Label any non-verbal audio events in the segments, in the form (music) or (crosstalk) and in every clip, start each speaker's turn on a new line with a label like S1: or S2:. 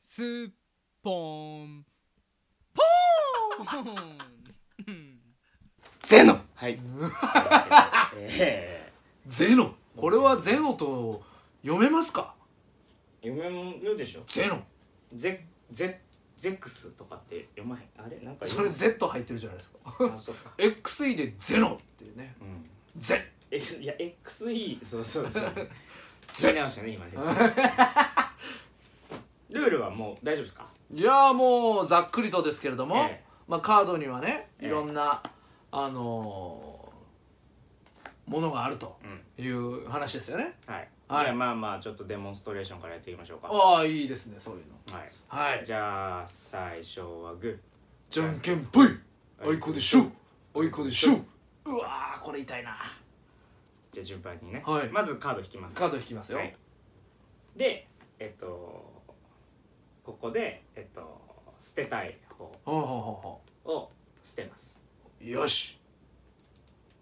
S1: スッポンポーン
S2: ゼノはい。え
S3: ゼノこれはゼノと読めますか
S2: え読めるでしょ。
S3: ゼノ
S2: ゼゼゼックスとかって読まへん。あれなんか
S3: それ
S2: 読む
S3: Z 入ってるじゃないですか
S2: あそうか。
S3: XE でゼノっていうね
S2: うん。
S3: ゼ
S2: えいや XE そうそ
S3: (laughs)
S2: うそう。
S3: ゼ
S2: 言い直したね
S3: (laughs)
S2: 今ね。ルールはもう大丈夫ですか。
S3: いやーもうざっくりとですけれども、
S2: ええ
S3: まあ、カードにはね
S2: ええ
S3: いろんな、あのーものがあると
S2: うん。
S3: いう話ですよね
S2: はい。
S3: はい
S2: じゃあまあまあちょっとデモンストレーションからやっていきましょうか。は
S3: ああいいですねそういうの
S2: い。
S3: はい
S2: じゃあ最初はグ
S3: じゃんけんぽいあいこでしょあいこでしょうわーこれ痛いな
S2: ー。じゃあ順番にね。
S3: はい
S2: まずカード引きます。
S3: カード引きますよ、
S2: はいでえっとここでえっと捨てたい方
S3: ほうほうほうほ
S2: を捨てます、
S3: うよし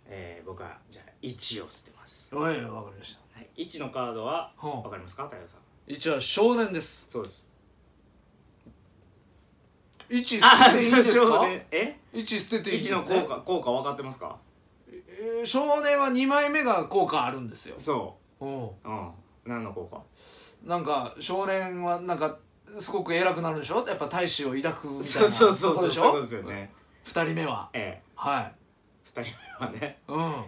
S2: えー、僕はじゃあ1を捨てます、
S3: はいわかりました
S2: はい、1のカードは
S3: ほ
S2: わかりますか太陽さん
S3: う一応少年です
S2: そうです
S3: 一捨
S2: あ
S3: て
S2: あ
S3: ていい
S2: そ
S3: で
S2: う
S3: す
S2: そう
S3: か
S2: ねえ
S3: 一捨てていいです
S2: 1
S3: ね
S2: の効果効果分かってますか
S3: えー少年は二枚目が効果あるんですよ
S2: そ
S3: おう
S2: ううん何の効果
S3: なんか少年はなんかすごく偉くなるでしょやっぱ大志を抱くみたい
S2: そう
S3: な
S2: そうそう
S3: と
S2: そ
S3: こ
S2: う
S3: でし
S2: そう
S3: ょ
S2: ですよね
S3: 2人目は
S2: え
S3: はい
S2: え2人目はね
S3: うん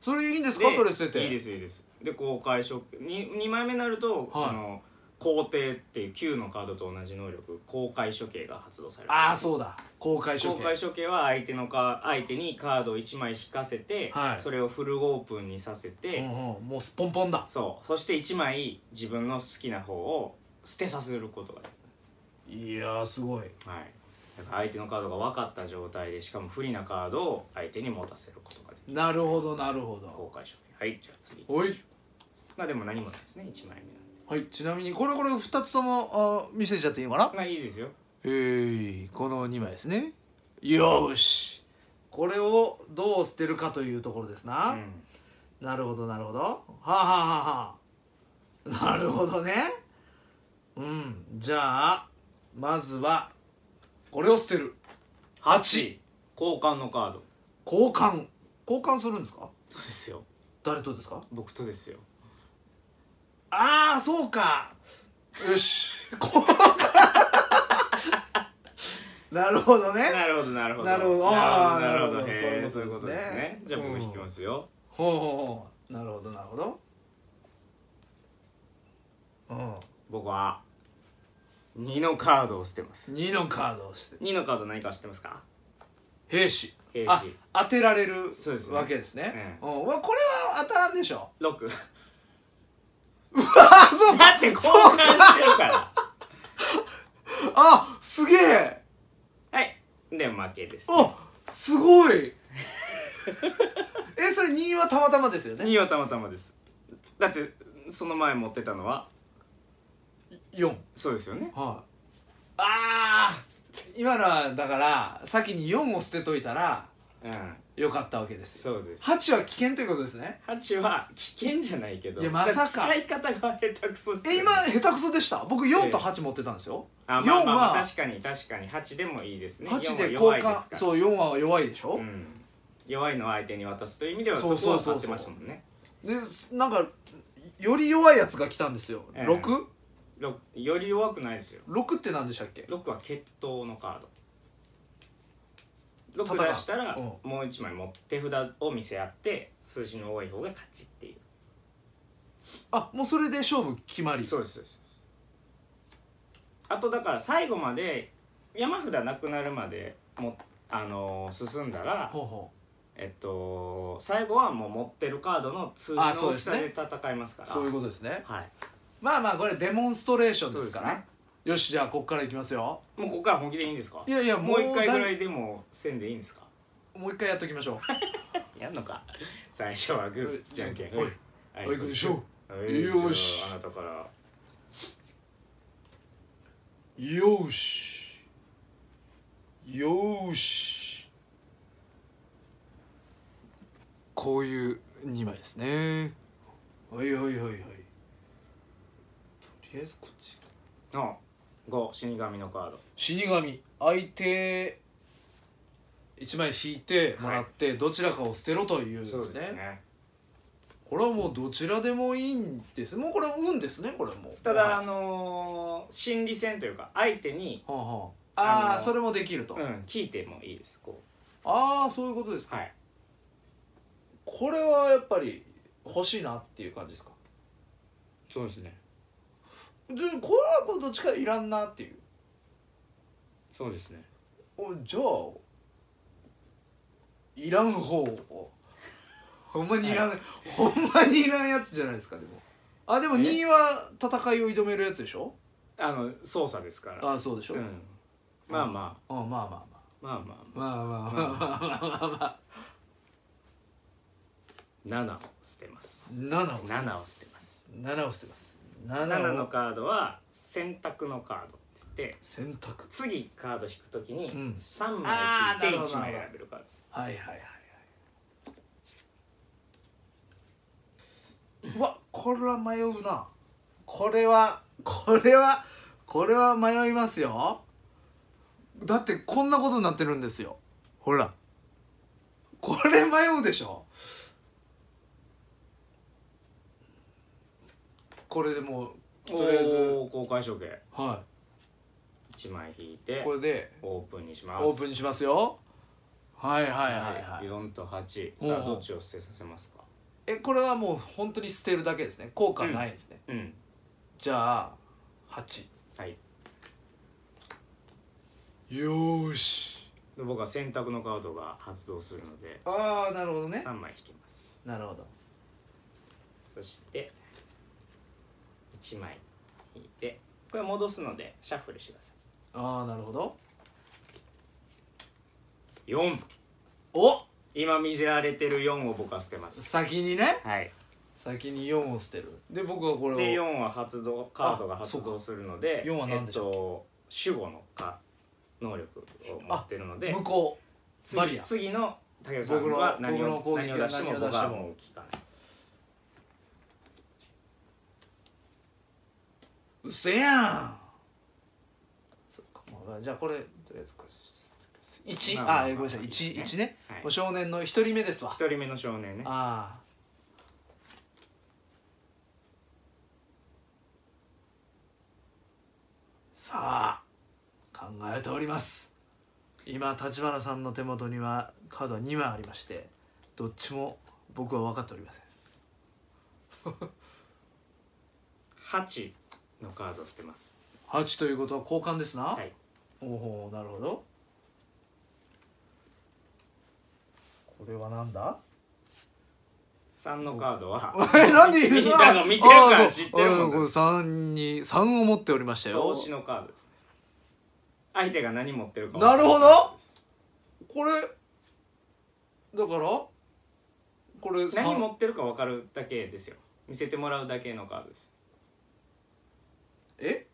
S3: それいいんですか
S2: で
S3: それ捨てて
S2: いいですいいですで公開処刑 2, 二枚目になる
S3: は
S2: と、
S3: い
S2: その皇帝っていう9のカードと同じ能力公開処刑が発動される
S3: ああそうだ公開処
S2: 公開
S3: 刑
S2: 処刑は相手のか相手にカードを1枚引かせて、
S3: はい
S2: それをフルオープンにさせて、
S3: うんうんもうすっぽんぽんだ
S2: そうそして1枚自分の好きな方を捨てさせることができ
S3: いやーすごい
S2: る、はい、だから相手のカードが分かった状態でしかも不利なカードを相手に持たせることができる
S3: なるほどなるほど
S2: 公開処刑はいじゃあ次
S3: おい
S2: まあでも何もないですね1枚目なんで
S3: はいちなみにこれこれ2つともあ見せちゃっていいのかな
S2: まあいいですよ
S3: えー、この2枚ですねよーしこれをどう捨てるかというところですな、
S2: うん
S3: なるほどなるほどはあ、はあはあはあ、なるほどねうんじゃあまずはこれを捨てる8
S2: 交換のカード
S3: 交換交換するんですか
S2: そうですよ
S3: 誰とですか
S2: 僕とですよ
S3: ああそうかよ
S2: (laughs)
S3: し交換なるほどね
S2: なるほどなるほど
S3: なるほどあー
S2: なるほどな
S3: なる
S2: るほど
S3: ほど
S2: へえそ
S3: そうう
S2: い
S3: いううことと
S2: こで
S3: ですす
S2: ね
S3: ね
S2: じゃあ僕
S3: うん
S2: 引きますよ
S3: ほうほうほうなるほどなるほどうん
S2: 僕は2のカードを捨てます
S3: 2のカードをして
S2: 2のカード何か知ってますか
S3: 兵士
S2: 兵士
S3: あ当てられる
S2: そうですね
S3: わけですね
S2: ええ
S3: うんうわこれは当たらんでしょ (laughs)
S2: 6
S3: あそう
S2: だって交換してるから
S3: あすげえ
S2: はいで負けです
S3: おすご
S2: (laughs)
S3: いえそれ2はたまたまですよね
S2: 2はたまたまですだってその前持ってたのは
S3: 4はい
S2: そうですよね
S3: ああー今のはだから先に4を捨てといたら
S2: うん
S3: よかったわけですよ
S2: そうです
S3: 8は危険ということですね
S2: 8は危険じゃないけど
S3: いやまさか
S2: 使い方が下手くそっすよ
S3: え
S2: ね
S3: 今下手くそでした僕4と8持ってたんですよ、
S2: あ、まあ、まあまあ
S3: 4は
S2: 確かに確かに8でもいいですね
S3: 八8で
S2: 4
S3: 交
S2: は弱いで
S3: 換
S2: すから
S3: そう4は弱いでしょ、
S2: うん、弱いのを相手に渡すという意味ではそ
S3: そう
S2: こは
S3: そう
S2: 勝
S3: そうそう
S2: ってましたもんね
S3: でなんかより弱いやつが来たんですよ、
S2: ええ
S3: 六
S2: ろより弱くないですよ
S3: 六 6?6 って何でしたっけ
S2: 6は決闘のカード
S3: 戦う
S2: 6出したら
S3: うん
S2: もう1枚持って手札を見せ合って数字の多い方が勝ちってい
S3: あもうそれで勝負決まり
S2: うそうですそうですあとだから最後まで山札なくなるまでもあのー進んだら
S3: ほうほ
S2: えっと最後はもう持ってるカードの数字の
S3: あそう
S2: 大
S3: で
S2: き
S3: す
S2: さ
S3: ね
S2: で戦いますか
S3: う
S2: ら
S3: そういうことですね
S2: はい
S3: まあまあこれデモンストレーション
S2: そう
S3: で
S2: ですす
S3: から
S2: ね
S3: よしじゃあこっからいきますよ
S2: もうここから本気でいいんですか
S3: いやいや
S2: もう一回ぐら
S3: い
S2: いでもせんでいいんですか
S3: もう一回やっときましょ
S2: やん
S3: (laughs)
S2: のか最初はグー
S3: う
S2: じゃんけん
S3: おいおい行くでしょ
S2: はい
S3: よし
S2: じゃああなたから
S3: よーしよーしこういう2枚ですねはいはいはいはいとりあえずこっち
S2: あ5死神のカード
S3: 死神相手1枚引いてもらって、どちらかを捨てろという
S2: そうですね
S3: これはもうどちらでもいいんですもうこれは運ですねこれはもう
S2: ただ、
S3: は
S2: あ
S3: い
S2: のー心理戦というか相手に、
S3: はあはあ、あー
S2: あの
S3: それもできると、
S2: うん、聞いてもいいですこ
S3: ああそういうことです
S2: う
S3: か、
S2: はい
S3: これはやっぱり欲しいなっていう感じですか
S2: そうですね
S3: でこれはもうどっちかいらんなっていう
S2: そうですね
S3: おじゃあいらん方をほんまにいらん、ほんまにいらんやつじゃないですかでもあでも
S2: え
S3: 2位は戦いを挑めるやつでしょ
S2: あの操作ですから
S3: ああそうでしょ、
S2: う
S3: うん
S2: んまあま
S3: まあまあまあ
S2: あまあ
S3: まあ
S2: まあ
S3: まあまあまあまあまあまあ
S2: 7を捨てます
S3: 7を捨て
S2: 7
S3: ま
S2: を
S3: す
S2: 捨てます
S3: 7を捨てます
S2: 7
S3: 7
S2: の
S3: を
S2: カードは選択のカードって言って
S3: 選択
S2: 次カード引くときに
S3: うんあー
S2: 3枚引い
S3: なる
S2: て
S3: ほど
S2: 1枚選べるカードです
S3: はいはいはいはいうわこれは迷うなこれはこれはこれは迷いますよだってこんなことになってるんですよほらこれ迷うでしょこれでもうとりあえず
S2: おー公開処刑
S3: は
S2: 1枚引いて
S3: いこれで
S2: オープンにします
S3: オープンにしますよはいはいはい
S2: は、
S3: はいい
S2: 4と8
S3: ほうほ
S2: さ
S3: う
S2: あどっちを捨てさせますか
S3: えこれはもう本当に捨てるだけですね効果ないですね、
S2: うん
S3: じゃあ8
S2: はい
S3: よーし
S2: で僕は選択のカードが発動するので
S3: ああなるほどね
S2: 3枚引きます
S3: なるほど
S2: そして1枚引いてこれ戻すのでシャッフルしてくださ
S3: ああなるほど
S2: い4
S3: お
S2: 今見せられてる4を僕は捨てます
S3: 先にね
S2: はい
S3: 先に4を捨てるで僕はこ
S2: で
S3: れを
S2: 4は発動カードが発動するので
S3: あそうか4は何でしたっけ
S2: えっと、守護のか能力を持ってるので
S3: 向こうバリ
S2: 次
S3: ア
S2: 次の武田さん
S3: 僕の
S2: は何
S3: 僕
S2: を
S3: の攻撃
S2: 何を出しても
S3: 何を出
S2: 僕
S3: して
S2: は
S3: も
S2: もう聞かないう
S3: せやんそっかまあじゃあこれとりあえずこれ1
S2: まあまあま
S3: あ
S2: あ
S3: ーごめんなさい1
S2: です
S3: 一
S2: ね
S3: ね
S2: はい
S3: もう少年の1人目ですわ
S2: 一人目の少年ね
S3: ああさあ考えております今立花さんの手元にはカードは2枚ありましてどっちも僕は分かっておりません
S2: 8のカードを捨てます
S3: 8ということは交換ですな、
S2: はい
S3: おおなるほどこれはなんだ
S2: 3のカー
S3: (laughs)
S2: ドは
S3: え (laughs) なんで
S2: 見
S3: い
S2: て
S3: る
S2: る
S3: の
S2: から見てるから知ってる
S3: あーそうあーこ
S2: も
S3: れ
S2: ん
S3: 3に3を持っておりましたよ
S2: 投資のカードですね相手が何持ってるか
S3: なるほど
S2: わからいです
S3: これだからこれさ
S2: 何持ってるか分かるだけですよ見せてもらうだけのカードです
S3: え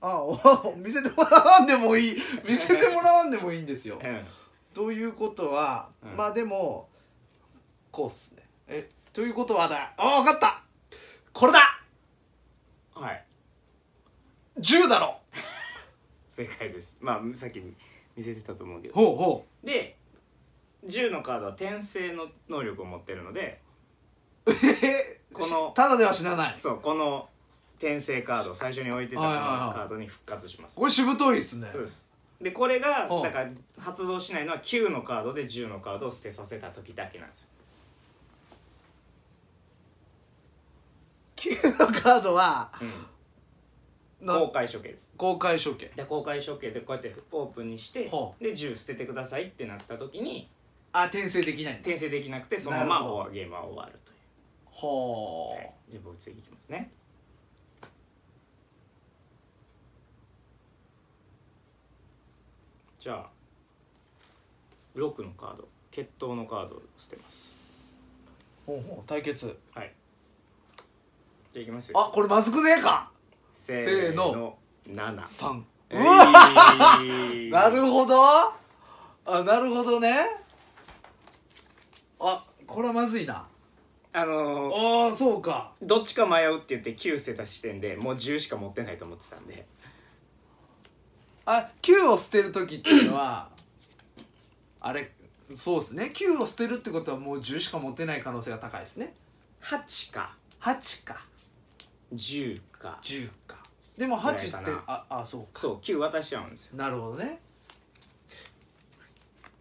S3: あお (laughs) 見せてもらわんでも (laughs) いい見せてもらわんでもいいんですよ
S2: うん
S3: ということは、
S2: うん
S3: まあでもこうっすねえということはだあ分かったこれだ
S2: はい
S3: 10だろ
S2: 正解ですまあさっき見せてたと思うけど
S3: ほうほ
S2: で10のカードは転生の能力を持ってるので
S3: う (laughs) え
S2: この
S3: ただでは死なない
S2: そうこの転生カード最初に置いてたこの
S3: はいはいはい
S2: カードに復活します
S3: これしぶといっすね
S2: そうですでこれが
S3: ほう
S2: だから発動しないのは9のカードで10のカードを捨てさせた時だけなんですよ
S3: 9のカードは
S2: うん
S3: な
S2: 公開処刑です
S3: 公開処刑
S2: で公開処刑でこうやってオープンにしてで
S3: ほ
S2: 10捨ててくださいってなった時に
S3: あ転生できないんだ
S2: 転生できなくてそのまま
S3: なるほど
S2: 終わゲームは終わるという
S3: ほ
S2: はいじゃあ僕次いきますねじゃあ6のカード決闘のカードを捨てます
S3: ほうほう対決
S2: はいじゃあいきますよ
S3: あこれまずくねえか
S2: せ
S3: ー
S2: ー
S3: の
S2: の7
S3: 3
S2: え
S3: うわ (laughs)
S2: い
S3: なるほどあなるほどねあこれはまずいな
S2: あのー
S3: ああそうか
S2: どっちか迷うって言って9捨てた時点でもう10しか持ってないと思ってたんで
S3: あ9を捨てる時っていうの
S2: (clears throat)
S3: はあれそうですね9を捨てるってことはもう10しか持ってない可能性が高いですね
S2: 8か
S3: 8か
S2: 10か
S3: 10かでも8捨て
S2: ぐらいか
S3: ああそうか
S2: そう9渡しちゃうんですよ
S3: なるほどね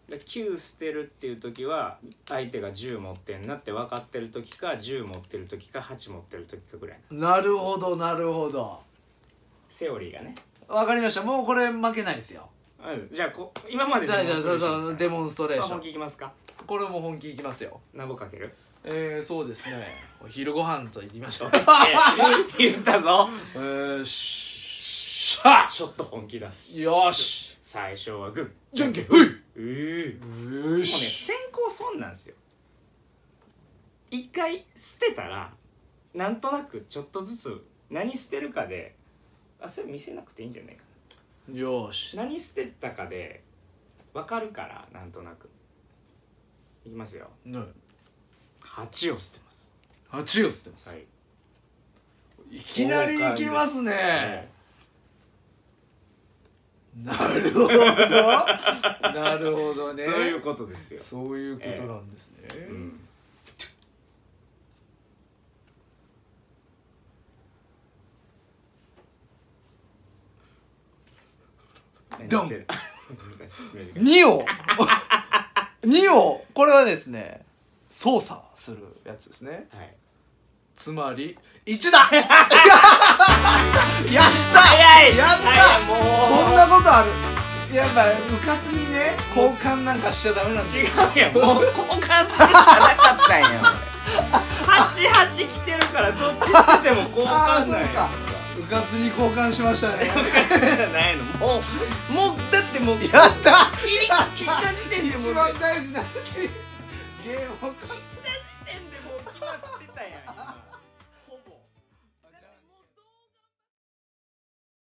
S2: で9捨てるっていう時は相手が10持ってんなって分かってる時か10持ってる時か8持ってる時かぐらいな
S3: なるほどなるほど
S2: セオリーがね
S3: わかりましたもうこれ負けないですよ
S2: あじゃあこ今まで
S3: じゃあじゃあそうそうデ
S2: モ
S3: モンスト
S2: ンストレ
S3: レ
S2: ー
S3: ー
S2: ション
S3: ション
S2: ですかあ本気いきますか
S3: これも本気いきますよ
S2: 何ぼか
S3: (laughs)
S2: ける
S3: えー、そうですねお昼ご飯といきま (laughs) しょう
S2: 言ったぞ
S3: えー、ししゃ
S2: ちょっと本気出す
S3: よし
S2: 最初はグ
S3: じゃんけんほいう
S2: ーもうね
S3: よし
S2: 先行損なんですよ一回捨てたらなんとなくちょっとずつ何捨てるかであそれ見せなくていいんじゃないかな
S3: よし
S2: 何捨てたかで分かるからなんとなくいきますよ
S3: ね
S2: 8を捨てます
S3: 8を捨てます、
S2: はい
S3: い、きなりいきますねなるほどなるほどね
S2: そういうことですよ、
S3: そういうことなんですね、
S2: うん、
S3: ドン
S2: 何捨てる (laughs)
S3: 2を (laughs) 2をこれはですね操作するやつですね
S2: はい
S3: つまり1だ (laughs) やった
S2: 早い
S3: やった
S2: 早いもう
S3: こんなことあるやっぱうかつにね交換なんかしちゃダメなんですよ
S2: 違うやんもう交換するしかなかったんや俺88来てるからどっち捨てても交換なんや
S3: あうかつに交換しました
S2: (laughs)
S3: ね
S2: じゃないのもうもうだってもう
S3: (laughs) やった
S2: 切り切った時点でも
S3: 一
S2: う
S3: 番大事なしゲームを勝